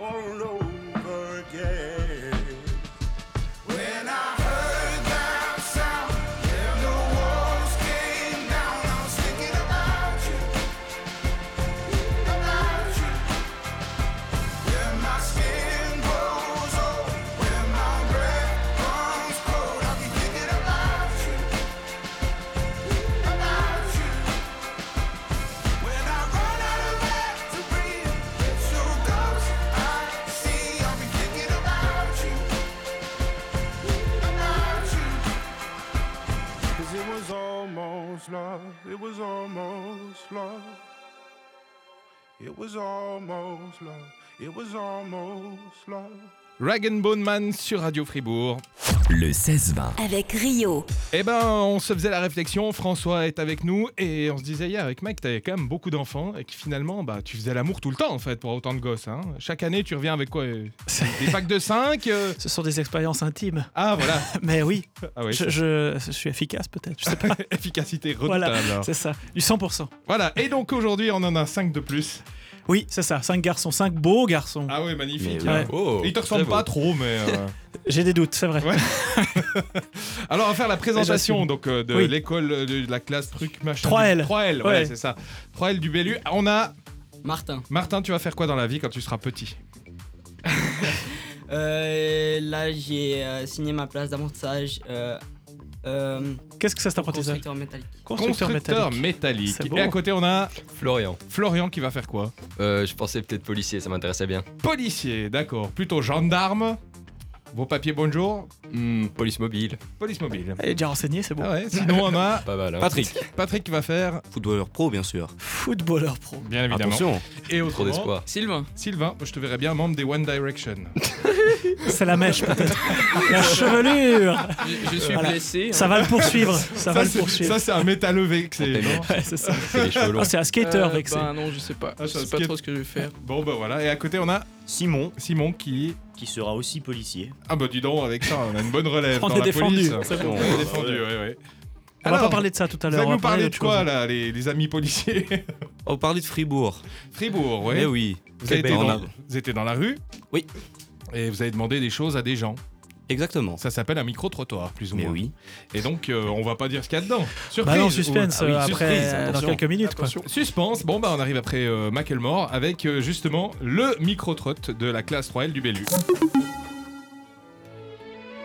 all over again. When I heard that sound, yeah, the walls came down. I was thinking about you, about you. Where my skin grows old, where my breath comes cold. I've been thinking about you, about you. When I run out of air to breathe, it's your ghost I see. I'll be thinking about you, about you. 'Cause it was almost love, it was almost love. It was almost love, it was almost love. Rag Bone Man sur Radio Fribourg. Le 16-20. avec Rio. Eh ben, on se faisait la réflexion, François est avec nous, et on se disait hier avec Mike, t'avais quand même beaucoup d'enfants, et que finalement, bah, tu faisais l'amour tout le temps, en fait, pour autant de gosses. hein. Chaque année, tu reviens avec quoi euh, Des packs de 5 Ce sont des expériences intimes. Ah, voilà. Mais oui, Ah oui, je, je- je suis efficace peut-être. Je sais pas. efficacité redoutable. Voilà, alors. c'est ça. Du 100%. Voilà, et donc aujourd'hui, on en a 5 de plus. Oui, c'est ça. Cinq garçons, cinq beaux garçons. Ah oui, magnifique. Mais oui. hein. Oh, Il te très ressemble beau. pas trop, mais. euh, J'ai des doutes, c'est vrai. Ouais. Alors, on va faire la présentation j'assume. donc, euh, de Eh ben, Oui. l'école euh, de la classe truc machin. 3L. du- 3L, voilà, Ouais. c'est ça. 3L du Bellu. On a. Martin, Martin, tu vas faire quoi dans la vie quand tu seras petit euh, là j'ai euh, signé ma place d'apprentissage euh, euh, Qu'est-ce que ça c'est apprentissage constructeur métallique. Constructeur, Oh, métallique. métallique. C'est beau. Et à côté, on a Florian. Florian qui va faire quoi Euh, je pensais peut-être policier, ça m'intéressait bien. Policier, d'accord. Plutôt gendarme. Vos papiers, bonjour. Hmm, police mobile. Police mobile. Elle est déjà renseignée, c'est bon. Ah ouais, sinon, on a Pas mal. Hein. Patrick qui va faire, Footballeur pro, bien sûr. Footballeur pro. bien évidemment. Attention. Et autrement, Trop d'espoir. Sylvain, Sylvain, je te verrais bien membre des One Direction. C'est la mèche peut-être. la chevelure. je, je suis Voilà. blessé. hein. Ça va le poursuivre. Ça, va le c'est- poursuivre. ça, c'est un E métalleux vexé. non Ouais, c'est ça. C'est des cheveux longs. Ah, c'est un skater Euh, vexé. Ben non, je sais pas. Ah, je ça sais pas skate. trop ce que je vais faire. Bon, bah voilà. Et à côté, on a Simon, Simon qui. qui sera aussi policier. Ah bah dis donc, avec ça, on a une bonne relève. On dans est la défendu, police. c'est bon. On est défendu, ouais, ouais. On va Alors, pas parler de ça tout à Vous l'heure. allez on va nous parler de d'autre quoi, chose. là, les, les amis policiers On vous parlez de Fribourg. Fribourg, Eh ouais. oui. vous, avez été Québec. dans, vous étiez dans la rue Oui. Et vous avez demandé des choses à des gens. Exactement. Ça s'appelle un micro-trottoir, plus ou Mais moins. oui. Et donc, euh, on va pas dire ce qu'il y a dedans. Surprise Bah non, ou- suspense Ah oui, euh, après surprise, euh, dans attention. quelques minutes quoi. Suspense, bon bah on arrive après euh, Macklemore avec euh, justement le micro-trot de la classe 3L du Bellu.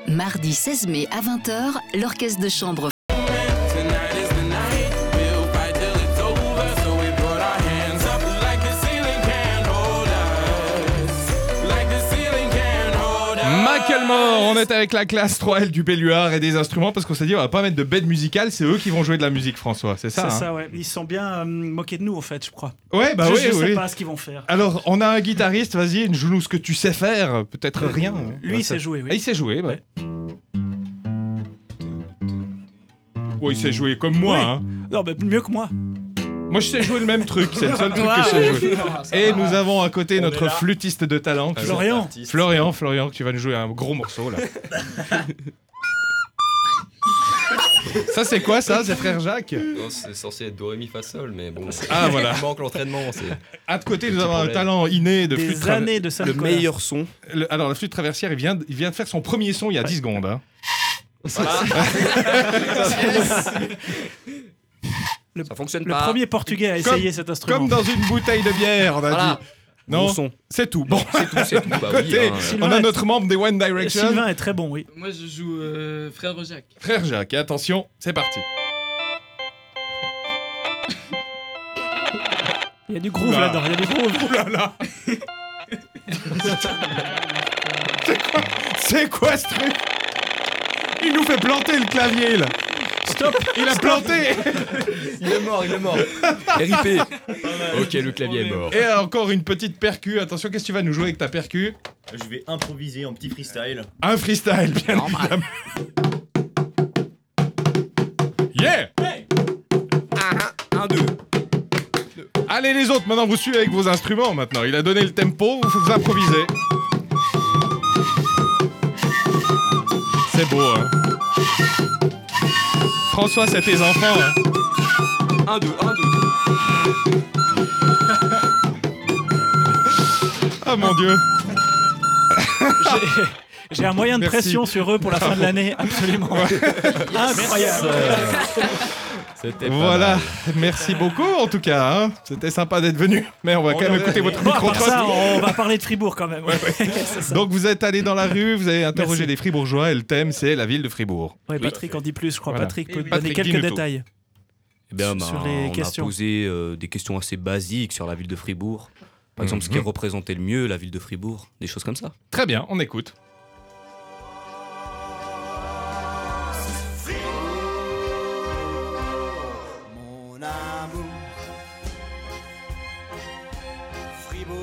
Mardi 16 mai à 20h, l'orchestre de chambre Tonight is the night. We'll fight till it's over. So we put our hands up like the ceiling can't hold us. Like the ceiling can't hold us. Macklemore, on est avec la classe 3L du Belluard et des instruments parce qu'on s'est dit on va pas mettre de bed musicale, c'est eux qui vont jouer de la musique François, c'est ça C'est hein ça, ouais. Ils se sont bien euh, moqués de nous, en fait, je crois. Ouais, bah je, oui, je sais oui. pas ce qu'ils vont faire. Alors on a un guitariste, vas-y, joue-nous ce que tu sais faire, peut-être rien. hein. Euh, Lui, Ouais, il ça- sait jouer, oui. Ah, il sait jouer, bah. ouais. Ouais. Oh, il sait jouer comme moi. Oui. hein. Non, mais mieux que moi. Moi, je sais jouer le même truc. C'est le seul truc que je sais jouer. Et nous avons à côté notre flûtiste de talent. Ah, qui Florian. Ah, Florian, Florian, tu vas nous jouer un gros morceau là. ça c'est quoi ça C'est frère Jacques Non, C'est censé être Doremi Fa Sol, mais bon. Ah, voilà. Il manque l'entraînement. c'est- À de côté, nous Petit avons un problème. talent inné de flûte. Des traver- années de ça. Le meilleur son. Le- alors la flûte traversière, il vient, il vient de faire son premier son il y a 10 secondes. hein. Ça fonctionne Le premier portugais à Comme- essayer cet instrument. Comme dans une bouteille de bière, on a Voilà. dit. Non, Bon son. c'est tout. Bon, C'est tout, c'est tout. Bah oui. Côté. hein. Sylvain on a est- notre membre des One Direction. Sylvain est très bon, oui. Moi je joue euh, Frère Jacques. Frère Jacques, et attention, c'est parti. Il y a du groove Oula. là-dedans, il y a du groove. Ouh là là C'est quoi C'est quoi ce truc Il nous fait planter le clavier là Stop Il a planté Il est mort, il est mort. RIP. Ok, le clavier est mort. Et encore une petite percu, attention, qu'est-ce que tu vas nous jouer avec ta percu Je vais improviser en petit freestyle. Un freestyle, bien évidemment. Yeah Ah, Allez les autres, maintenant vous suivez avec vos instruments maintenant. Il a donné le tempo, vous vous improvisez. C'est beau, hein François, c'est tes enfants, hein Un, deux, un, deux. Ah mon dieu J'ai- J'ai un moyen de Merci. pression sur eux pour la fin de l'année, absolument. Incroyable. C'était pas Voilà, mal. merci beaucoup en tout cas. hein. C'était sympa d'être venu, mais on va On quand même aurait- écouter votre Bon, à part micro ça, on va parler de Fribourg quand même. C'est ça. Donc vous êtes allé dans la rue, vous avez interrogé Merci. les Fribourgeois et le thème c'est la ville de Fribourg. Ouais, Patrick en dit plus, je crois. Voilà. Patrick Oui, peut oui. donner Patrick quelques Guinuto. détails. Eh bien, Sur ben, les on questions. a posé euh, des questions assez basiques sur la ville de Fribourg. Par exemple, ce qui Mhm. représentait le mieux la ville de Fribourg, des choses comme ça. Ah Très bien, on écoute. Mon amour, Fribourg,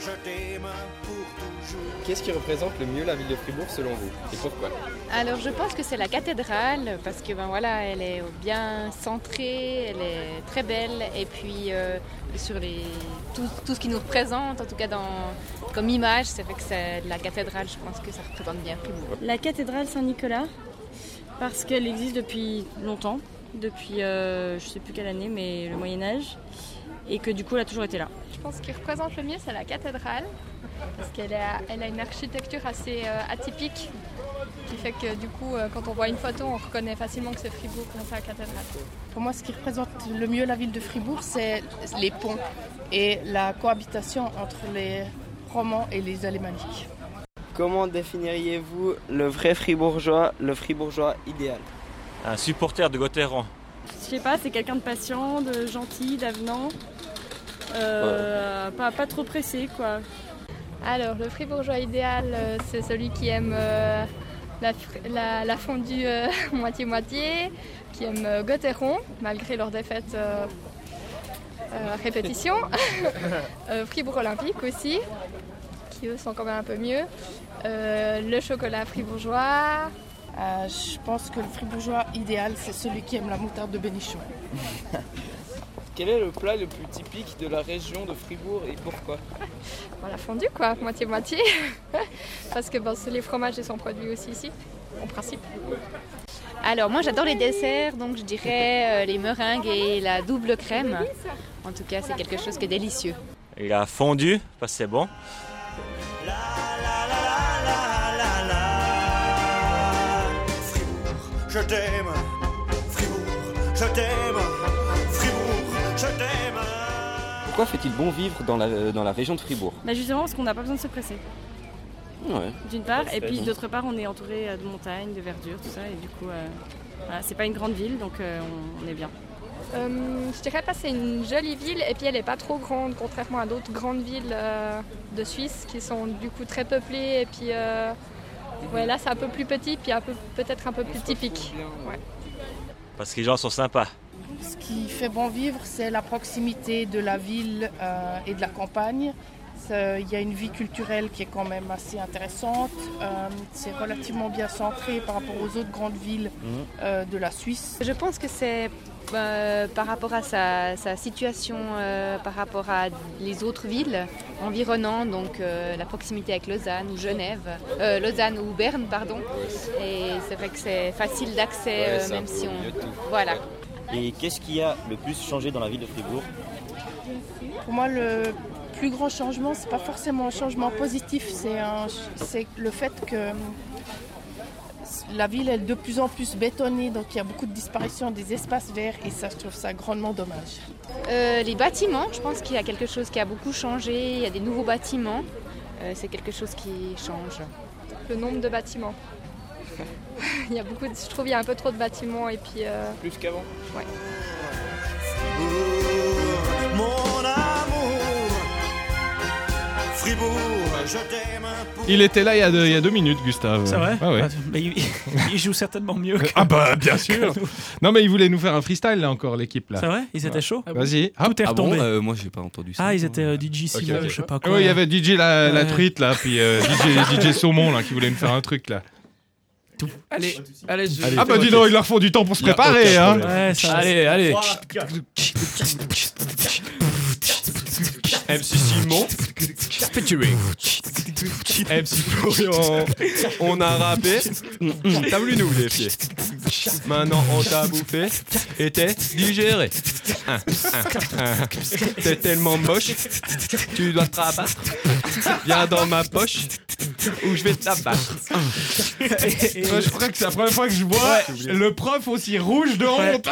je t'aime pour toujours. Qu'est-ce qui représente le mieux la ville de Fribourg selon vous Et pourquoi Alors je pense que c'est la cathédrale parce que ben voilà, elle est bien centrée, elle est très belle et puis euh, sur les tout, tout ce qui nous représente en tout cas dans comme image, c'est vrai que c'est la cathédrale, je pense que ça représente bien Fribourg. La cathédrale Saint-Nicolas, parce qu'elle existe depuis longtemps, depuis euh, je sais plus quelle année, mais le Moyen Âge, et que du coup elle a toujours été là. Je pense qu'il représente le mieux c'est la cathédrale parce qu'elle a, elle a une architecture assez euh, atypique qui fait que du coup euh, quand on voit une photo, on reconnaît facilement que c'est Fribourg quand c'est la cathédrale. Pour moi, ce qui représente le mieux la ville de Fribourg, c'est les ponts et la cohabitation entre les romans et les alémaniques. Comment définiriez-vous le vrai fribourgeois, le fribourgeois idéal Un supporter de Gauthieron. Je sais pas, c'est quelqu'un de patient, de gentil, d'avenant, euh, pas, pas trop pressé quoi. Alors, le fribourgeois idéal, euh, c'est celui qui aime euh, la, fr- la- la fondue euh, moitié-moitié, qui aime euh, Gauthieron, malgré leurs défaites euh, euh, à répétition. Euh, Fribourg Olympique aussi, qui eux sont quand même un peu mieux. Euh, le chocolat fribourgeois. Euh, je pense que le fribourgeois idéal, c'est celui qui aime la moutarde de Bénichon. Quel est le plat le plus typique de la région de Fribourg et pourquoi Bon, la fondue quoi, moitié-moitié. Parce que bon, c'est- les fromages ils sont produits aussi ici, en principe. Alors moi j'adore les desserts, donc je dirais euh, les meringues et la double crème. En tout cas c'est quelque chose qui est délicieux. Il a fondu, parce que c'est bon. Je t'aime, Fribourg, je t'aime, Fribourg, je t'aime. Pourquoi fait-il bon vivre dans la, dans la région de Fribourg Bah justement parce qu'on n'a pas besoin de se presser, Ouais. d'une part, et puis d'autre part on est entouré euh, de montagnes, de verdure, tout ça, et du coup euh, voilà, c'est pas une grande ville donc euh, on- on est bien. Euh, je dirais pas c'est une jolie ville et puis elle n'est pas trop grande contrairement à d'autres grandes villes euh, de Suisse qui sont du coup très peuplées et puis euh, ouais, là c'est un peu plus petit puis un peu peut-être un peu plus typique. Ouais. Parce que les gens sont sympas. Ce qui fait bon vivre, c'est la proximité de la ville euh, et de la campagne. C'est- Il y a une vie culturelle qui est quand même assez intéressante. Euh, c'est relativement bien centré par rapport aux autres grandes villes euh, de la Suisse. Je pense que c'est euh, par rapport à sa, sa situation, euh, par rapport à les autres villes environnantes, donc euh, la proximité avec Lausanne ou Genève, euh, Lausanne ou Berne pardon. Et c'est vrai que c'est facile d'accès Ouais, euh, c'est un même peu si au milieu de tout. on... Voilà. Et qu'est-ce qui a le plus changé dans la ville de Fribourg Pour moi, le plus grand changement, c'est pas forcément un changement positif, c'est un- c'est le fait que la ville est de plus en plus bétonnée, donc il y a beaucoup de disparition des espaces verts et ça, je trouve ça grandement dommage. Euh, les bâtiments, je pense qu'il y a quelque chose qui a beaucoup changé, il y a des nouveaux bâtiments, Euh, c'est quelque chose qui change. Le nombre de bâtiments. il y a beaucoup de- je trouve il y a un peu trop de bâtiments et puis euh, Plus qu'avant ouais. Mon amour, Fribourg, je t'aime pour Il était là il y a deux, il y a deux minutes, Gustave. C'est vrai Ah ouais. Ah, mais il, il joue certainement mieux. que- Ah bah bien sûr. Non mais ils voulaient nous faire un freestyle là encore l'équipe là. C'est vrai Ils étaient chauds Vas-y. Tout est Ah bon retombé. Euh, Moi, j'ai pas entendu ça. Ah, ils étaient euh, DJ Ok, Civil, ok. je sais pas Ah quoi. ouais, il y avait DJ la, la Ouais. truite là, puis euh, DJ, DJ Saumon là qui voulait nous faire un truc là. Allez, allez, je... ah bah dis donc, ils leur font du temps pour se Y a aucun préparer hein. problème. Ouais, ça- Allez, allez. Trois, quatre. MC Simon. Featuring. MC Florian. On a rappé. T'as voulu nous les pieds. Maintenant, on t'a bouffé et t'es digéré. Hein, hein, hein. T'es tellement moche. Tu dois te rabattre. Viens dans ma poche. ou je vais t'abattre. Ouais, je crois que c'est la première fois que je vois le prof aussi rouge de honte.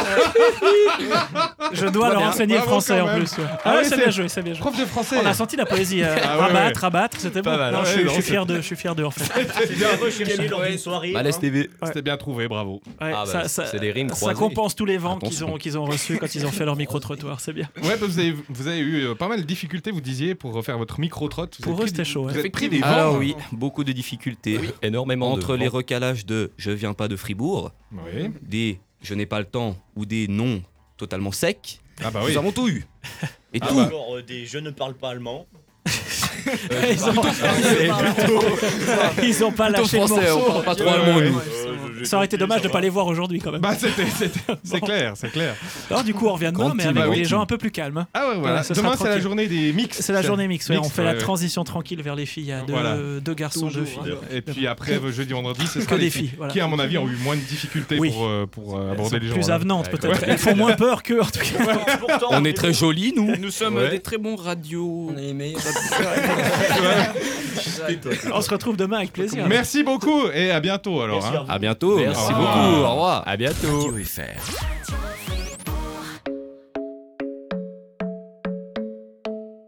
Je dois leur enseigner le français en plus. ouais. Ah ouais, c'est bien joué, c'est bien joué. Prof de français. On a senti la poésie. euh, Ah ouais, rabattre, ouais. rabattre, c'était Pas bon. mal, hein, Non, ouais, je, suis- non, je suis c'est- fier de, je suis fier de en fait. C'est bien recherché dans une soirée. Bah, hein, Malaise TV. C'était bien trouvé, bravo. Ouais, ça, ça- c'est des rimes ça croisées. compense tous les vents qu'ils Attention. ont, qu'ils ont reçus quand ils ont fait leur micro-trottoir, c'est bien. Ouais, bah, vous, avez, vous avez eu euh, pas mal de difficultés, vous disiez, pour refaire votre micro-trotte. Vous Pour avez eux, pris c'était Ah des- chaud, hein. ouais. Vous avez pris des vents. Alors oui, beaucoup de difficultés. énormément de Entre les vent. recalages de je viens pas de Fribourg, Oui. des je n'ai pas le temps ou des non totalement secs. Ah bah oui. Nous avons tout eu. Et Ah tout. bah. Genre, euh, des je ne parle pas allemand. Ils ont- Ah, Ils ont pas Plutôt lâché le français, morceau. on parle pas trop allemand, nous. Ouais, je- Ça aurait été j'ai dommage de compris, pas les voir aujourd'hui quand même. hein. Bah, c'était- c'était- c'est clair, c'est clair. Alors, du coup, on revient demain, Grand mais team, avec grand des team. gens un peu plus calmes. hein. Ah ouais, voilà. ce Demain, sera c'est la tranquille. journée des mix. C'est la journée mix, ouais, Mix, on fait ouais, la ouais. transition tranquille vers les filles. Il y a deux, Voilà. deux garçons, deux filles. Et puis après, euh, jeudi, vendredi, ce Que sera des les filles, filles, voilà. qui, à mon avis, ont eu moins de difficultés Oui. pour, euh, pour euh, Elles sont aborder les gens. plus là. avenantes Ouais. peut-être. Elles font moins peur qu'eux en tout cas. On est très jolis, nous. Nous sommes Ouais. des très bons radios. On est les meilleurs. On se retrouve demain avec plaisir. Merci beaucoup et à bientôt alors. Merci à hein. vous. À bientôt. Merci Au beaucoup. Au revoir. revoir. À bientôt.